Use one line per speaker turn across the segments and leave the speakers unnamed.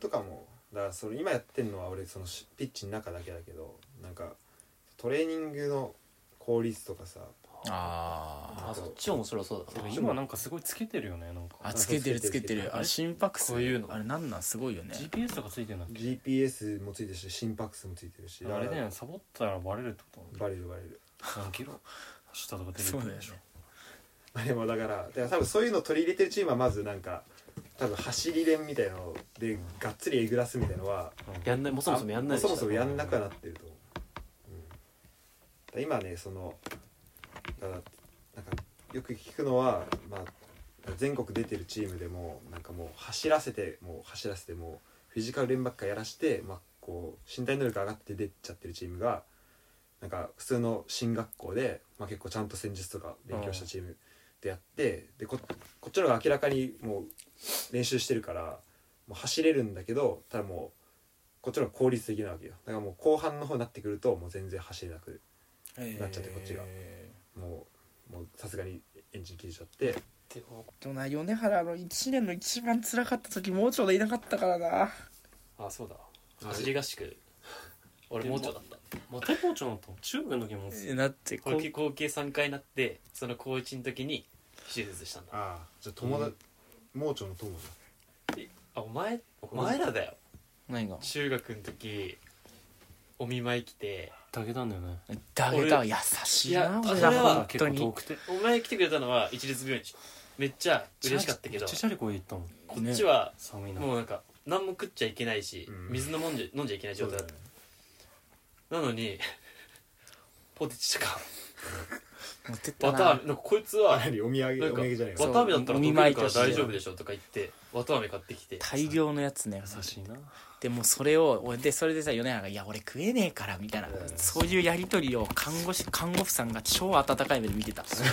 とかもだからそれ今やってんのは俺そのしピッチの中だけだけどなんかトレーニングの効率とかさ
あ
あそっち面白そうだな
今なんかすごいつけてるよねなん
ーあ
か
つけてるつけてるあれ心拍数
こういうの
あれなんなんすごいよね
GPS とかついてんだっけ
GPS もついてるし心拍数もついてるし
あ
だ
れだ
から
よねサボったらバレるってこ
バレるバレる
と何キロ走ったとか出る
そうだよね
まあでもだからだから多分そういうのを取り入れてるチームはまずなんか多分走り練みたいなのでがっつりえぐらすみたいのは
やんないもうそもそもやんない
あ
でし
そ
ょ
もそもやんなくはなってると思う、うんだから今ねそのだからなんかよく聞くのは、まあ、全国出てるチームでもなんかもう走らせてもう走らせてもうフィジカル連ばっかやらして、まあ、こう身体能力上がって出ちゃってるチームがなんか普通の進学校で、まあ、結構ちゃんと戦術とか勉強したチームでやってでここっちの方が明らかにもう練習してるからもう走れるんだけどただもうこっちの方が効率的なわけよだからもう後半の方になってくるともう全然走れなくなっちゃってこっちが
え
もうもうさすがにエンジン切れちゃって
でも
ーでもな米原の1年の一番辛かった時もうちょうどいなかったからな
あそうだ走り合宿俺
で
も
も
うちょいだった
また校長のと中学の時も
えだって
こ
こ
れ
う
合計3回なってその高1の時に手術したんだ
ああじゃあ友達、盲腸の友だ
あお前お前らだよ
何が
中学の時お見舞い来て
だけたんだよね
だけだ優しい
いや
な俺
それ
ら
は
本
結
当
構遠
に
くて
お前来てくれたのは一律病院めっちゃ嬉しかったけど
めっちゃチャリこいで行ったもん
こっちは
寒いな
もうなんか何も食っちゃいけないし、
うん
水のもんじゃ飲んじゃいけない状態だった、なのにポテチとか
持ってった
わ
な
たあめなんかこいつはなんか
何お土産お土産じゃない
そう
わたあめだったら飲めるから
そう
大丈夫でしょとか言ってわたあめ買ってきて
大量のやつね
優しいな
でもそれを俺でそれでさ米原が「いや俺食えねえから」みたいな
うん
そういうやり取りを看護師看護婦さんが超温かい目で見てた
そう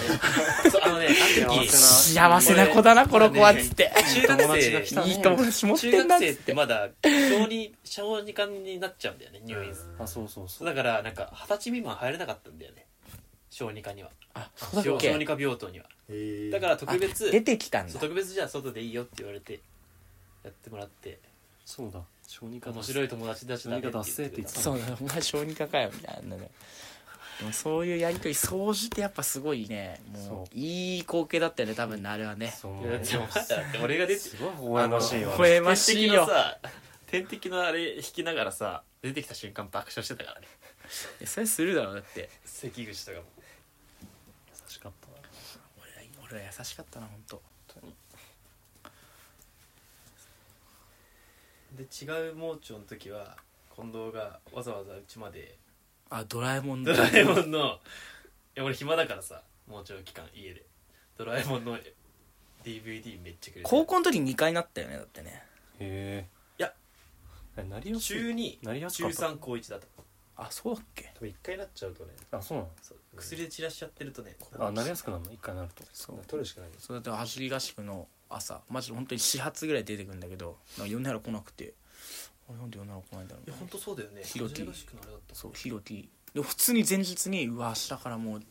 あのねあの時
幸せな子だなこの子はっ
ね
つって
中
友
学
達が
生
来た
いい友達持っ
中
てんなっ
学生
つ
っ
ってて
まだ小児小児科になっちゃうんだよね入院する
あそうそうそう
だからなんか二十歳未満入れなかったんだよね小児科には
あそうだ
小
っ
小児
け
科病棟には
え
だから特別
出てきたん
そう
だ
特別じゃあ外でいいよって言われてやってもらって
そうだ小児科
面白
い
い友達だしだね
何か出せって言ってた
そ
そううだお前小児科かよみたいなね でもそういうやり取り掃除ってやっぱすごいねも
そう
いい光景だったよね多分ねあれはね
そう
だってお前だって俺が出て
すごい微笑ましいわ
微笑ましいよ
天敵のさ天敵のあれ引きながらさ出てきた瞬間爆笑してたからね
いやそれするだろうだって
関口とかも
優しかったな
俺ら俺ら優しかったな本当
で違う盲腸の時は近藤がわざわざうちまで
あドラえもん
ド
だ
ラえもんのいや俺暇だからさ盲腸期間家でドラえもんの DVD めっちゃくれて
高校の時2回なったよねだってね
へえ
いや
なりやす
中
い
2
なりやす
中
かった
3高1だと
あそうだっけ
多分一回なっちゃうとね
あそうな
そう薬で散らしちゃってるとね
のあなりやすくなるの一回なると
そう
取るしかない
そうだって走り合宿の朝マジで本当に始発ぐらい出てくるんだけどなんか米原来なくてあれなんで米原来ないんだろう
いや本当そうだよね
ヒロティ
珍しくのあれだった
そうヒロティで普通に前日にうわ明日からもう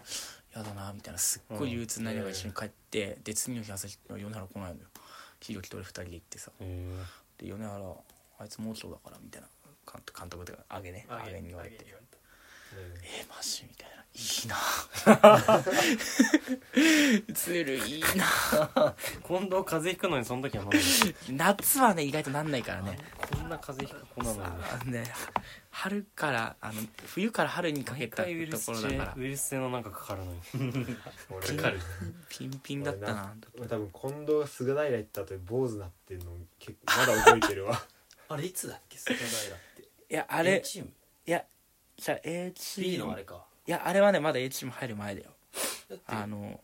やだなみたいなすっごい憂鬱になりながら一緒に帰って、で次の日朝米原来ないのよヒロティと俺二人で行ってさ
へえ
で米原あいつ盲腸だからみたいな監督監督とかあげねあげに言われて
言われた
えマジみたいないいなずるいいな
近藤風邪ひくのにその時はまだ
夏はね意外となんないからね
こんな風邪ひく子なのに
あのね春からあの冬から春にかけ
一
たと
回ウイルス
ころだから
性ウイルス性のなんかかかるのに
俺
かかる
ピンピンだったな
俺多分近藤が菅平行った後に坊主になってるの結構まだ覚えてる わ
あれいつだっけ菅平って
いやあ
あ
れ
チーム
いやじゃあ A チ
B
ー
のあ
ム
れか
いやあれはねまだ A チーム入る前だよ
だって
あの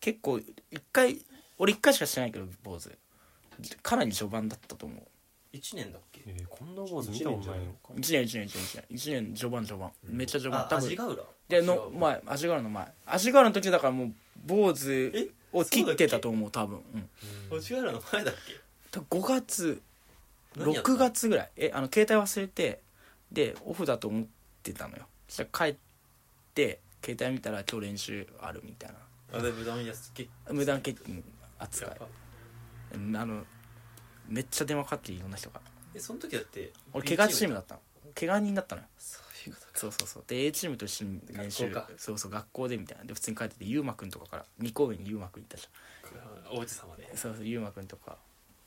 結構一回俺一回しかしてないけど坊主かなり序盤だったと思う
1年だっけ
えー近藤坊主見たことないよ
1年1年1年1年1年序盤序盤めっちゃ序盤
あ
多
味
分
ヶ浦
での
違う
前味があるの前味があるの時だからもう坊主を切ってたと思う多分うん
味ヶ浦の前だっ
多分5月
け何やった
6月ぐらいえあの携帯忘れてでオフだと思ってたのよそしたら帰って携帯見たら今日練習あるみたいな
あで無断安結
無断欠勤
構
扱
や
い
っぱ
うんあのめっちゃ電話かかっていろんな人が
えその時だって
俺怪我チームだったの怪我人だったのよ
そういうこと
そうそうそうで A チームと一緒に練習
学校か
そうそう学校でみたいなで普通に帰っててゆうまくんとかから二校上にゆうまくんいたじ
王子様で
ゃんそうそうゆうまくんとか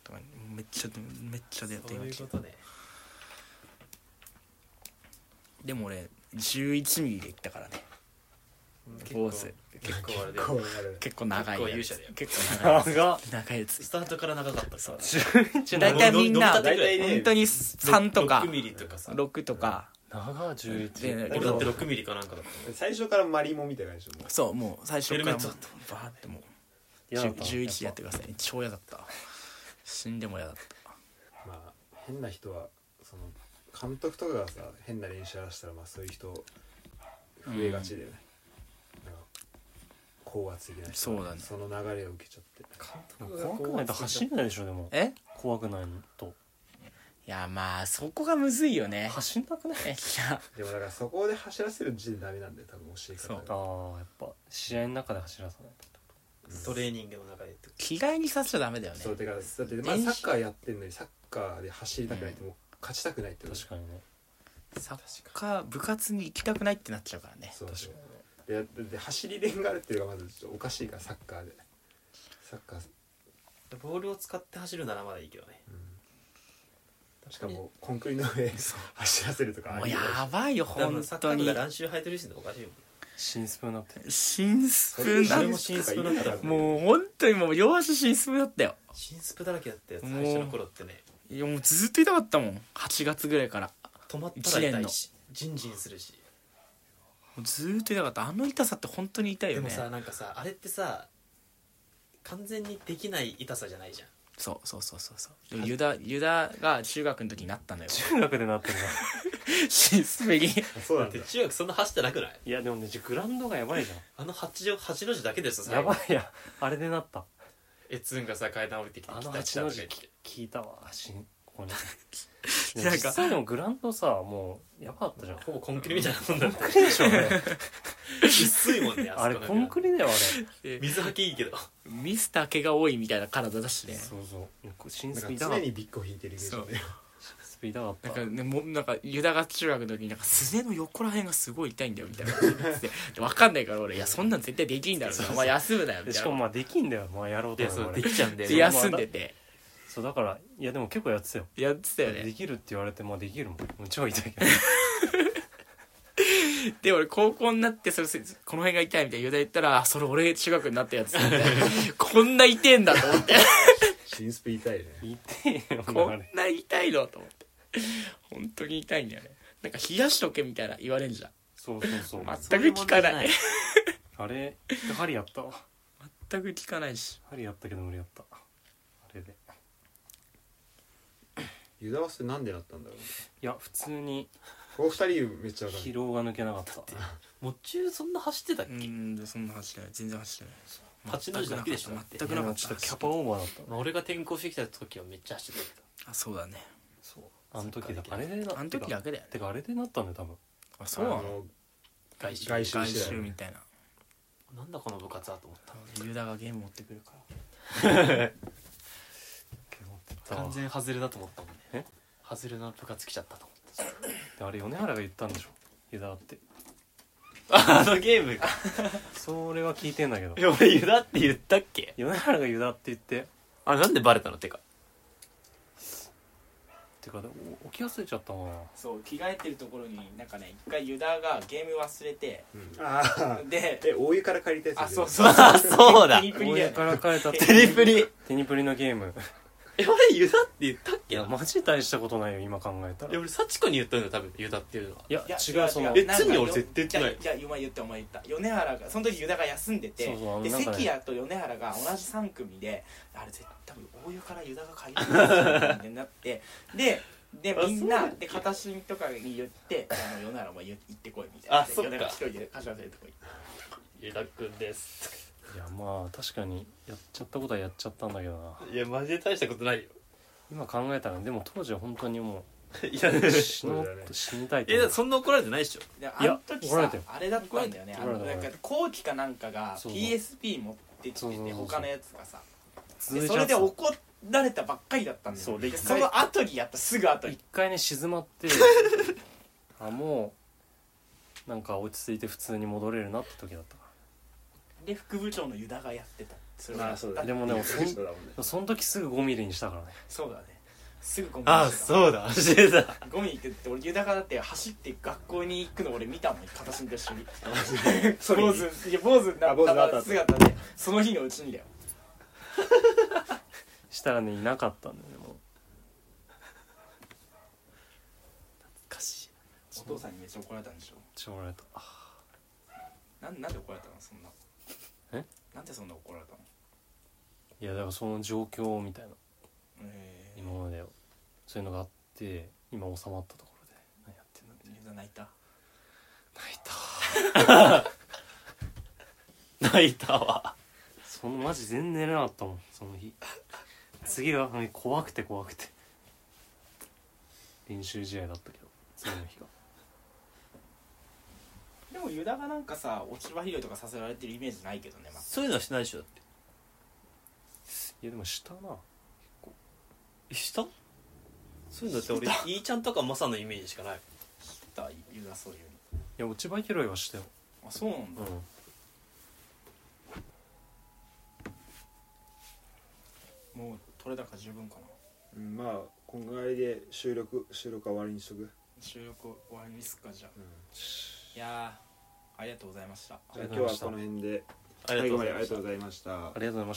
とかにめっちゃめっちゃ出会って
そういうことね
でも俺11ミリで行ったからね坊主
結構あれで
こうなる
結構長いやつ
結構勇者だよ
結構長いやつ
長っ
長いやつ
スタートから長かったそう
大体みんな
乗った
本
てぐらい
大体
当に3とか
6ミリとかさ
6とか
長11
で
俺だって6ミリかなんかだった
最初からマリモみたいな感じでしょも
そうもう最初から
ヘルメット
も
だ
うバーってもう
嫌だった
10 11やってください超嫌だった死んでも嫌だった
うまあ変な人はその監督とかがさ変な練習やらせたらまあそういう人増えがちだよね、なんか高圧的な人
そうだね
その流れを受けちゃって
怖くないと走れないでしょでも
え
怖くないのと
いやまあそこがむずいよね
走んなくない
えいや
でもだからそこで走らせる時点でダメなんだよ多分教え方
あ
が
ーやっぱ試合の中で走らさないと
トレーニングの中でってこと
気概にさせちゃダメだよね
そうだからだってまあ
練
サ
習
ッカーやってんのにサッカーで走りたくないってもう勝ちたくないってこと
確かにね
サッカー部活に行きたくないってなっちゃうからね
そうそうでやってで走り練があるっていうのがまずちょっとおかしいからサッカーでサッカー
ボールを使って走るならまだいいけどね
しかもコンクリの上 走らせるとかあ
もう
りえ
や
ない
ばいよ
多分
本
サッカ
当
ーと
に
か乱臭履いてるしおかしいもん
新スプーンだって
新スプ
そ
だ
れ
っ
も新スプだったら
たもう本当にもう両足新スプだったよ
新スプだらけだったやつ
もう
最初の頃ってね
いやもうずっと痛かったもん8月ぐらいから
止まったら痛いしジンジンするし
もうずーっと痛かったあの痛さって本当に痛い
で
よね
もさなんかさあれってさ完全にできない痛さじゃないじゃん
そうそうそうそうそうでもユダユダが中学の時になったのよ
中学でなってるな
新スプに
そうな
だっ
んだ
て中学そんな走ってなくない
いやでもねじゃあグラウンドがやばいじ
あの八条八の字だけですよ
ゃんや
最
ば
後
いやあれでなった
エツンがさ階段降りてきて
あ
来
の
た来
八
た
の
とか
字
言って
聞いたわしんここに
なんか
実際でもグラウンドさもうやばかったじゃん
ほぼコンクリみたいなもんだって
コンクリでしょあれ
薄いもんね
あれ
そこ
コンクリだよあれ
水はけいいけど
ミスター毛が多いみたいな体だしね
そうそう新ス
な
ピ
ん
ーダ
か
ーだ
常
った
にビッグを引いてるイメージだね
スピーダーだっ
なん
た
かねもなんかユダが中学の時になんかすねの横ら辺がすごい痛いんだよみたいなこと言っててで分かんないから俺「いやそんなん絶対できんだろ」お前休むなよ」み
で
た
し
い
かも
な
まあできんだよまあやろうと思えばね
ちゃうんだ
で休んでて
そうだからいやでも結構やってたよ
やってたよ
で
ね
きるって言われてまあできるもんもう超痛いけど
で俺高校になってそれこの辺が痛いみたいなユダ言ったらあ「それ俺中学になったやつ」みたいな こんな痛えんだと思って
新スピ痛いね
痛いよ
こ
あれ
んな痛いのと思って本当に痛いんだよねなんか冷やしとけみたいな言われんじゃん
そうそうそう
全く効かない
あれ針やったわ
全く効かないし
針やったけど無理やったあれで
ユダはそれなんでなったんだろうね
いや普通に
この二人めっちゃ分か
疲
る
労が抜けなかった
もう中そんな走ってたっ
う
け
んでそんな走ってない全然走ってない
八の字だけでしょだって
全くなかっ
ち
た
ょっとキャパオーバーだった
まあ俺が転校してきた時はめっちゃ走ってたけど
あそうだね
そうあの時だあれでな
あの時だけだよね
てかあれでなったんだよ多分
あそうな
あ
の
の
外周
外周
外
してた
周
よね
みたいな
なんだこの部活はと思った
ユダがゲーム持ってくるから
完全外れだと思ったもん
え
ね外れの部活来ちゃったと思っ
であれ米原が言ったんでしょユダって
たあのゲーム
それは聞いてんだけど
え俺湯だって言ったっけ
米原がユダって言って
あれなんでバレたのてか
てかでお起き忘れちゃったな
そう着替えてるところになんかね一回ユダがゲーム忘れて
うんああ
で
え大湯から借りたやつ
あそう
う
そうそう
そうだ
プニプニだ
親
よ
から変えたって
プリプリ
テニプリのゲーム
え俺湯だって言ったっ
い
け
や
な
マジ大したことないよ今考えたら
え俺幸子に言ったんだよ多分湯だっていうのは
や
いや
違うその
え罪に俺絶対言ってない
じゃあじゃあお前言ってお前言った米原がその時ユダが休んでて
そうそうあの
で
なんかね
関谷と米原が同じ三組であれ絶対多分大湯からユダが借りてるってなってでで
あ
みん
そう
な
だっ
で
け
片隅とかに言ってあの米原も言行ってこいみたいな
あそっか
米原一人で柏先生のとこ行って
湯田くんです
いやまあ確かにやっちゃったことはやっちゃったんだけどない
やマジで大したことないよ
今考えたらでも当時は本当にも
いや
う死の
そうだね
死にたいと
え
思
だっ
う
てそんな怒られてないでしょ
であ
いや
の時
怒られ
さ
たよ
あれだったんだよねあ
怒ら
の
れた怒ら
な
れ
ん
た
か後期かなんかが
そう
PSP 持ってき
そうそう
てて
そうそう
他のやつがさ
続
で
い
そ
ちゃ
れ
っ
で
た
怒っられたばっかりだったんだよ
そうで
で
一
そ
回
の後にやったすぐ後に
一回ね静まってあもうなんか落ち着いて普通に戻れるなって時だったか
で副部長のユダがやってたそ
まあそうだ
でもね
も
そん
そうだもんね
らその時すぐ5ミリにしたからね
そうだねすぐゴミう
うだ教え た
ゴミ行くって俺ユダがだって走って学校に行くの俺見たもん片隅と一緒 に坊主いや坊主にな
あ坊主にな
っ
ったた
姿でその日のうちにだよ
したらねいなかったんだよねもう
かし
お父さんにめっちゃ怒られたんでしょ
ちょもらえたあ
なんなんで怒られたのそんな
え
なんでそんな怒られたの
いやだからその状況みたいな
えー、
今までそういうのがあって今収まったところで何やってんだみたい
ユダ泣いた
な泣いたわそのマジ全然寝れなかったもんその日次がうん怖くて怖くて練習試合だったけど次の日が
でもユダがなんかさ落ち葉拾いとかさせられてるイメージないけどね、まあ、
そういうのはしないでしょだっ
いやでもしたな
てしたそういうのって俺イーちゃんとかマサのイメージしかない
だユダそういう
いや落ち葉拾いはしたよ
のあそうなんだ、
う
もう取れ高十分かな
うんまあこんぐらいで収録収録は終わりにしとく、
収録終わりにすっかじゃあ
うん
いやーありがとうございました
じゃあ今日はこの辺で
ありが
最
とうございました
後までありがとうございました
ありがとうございました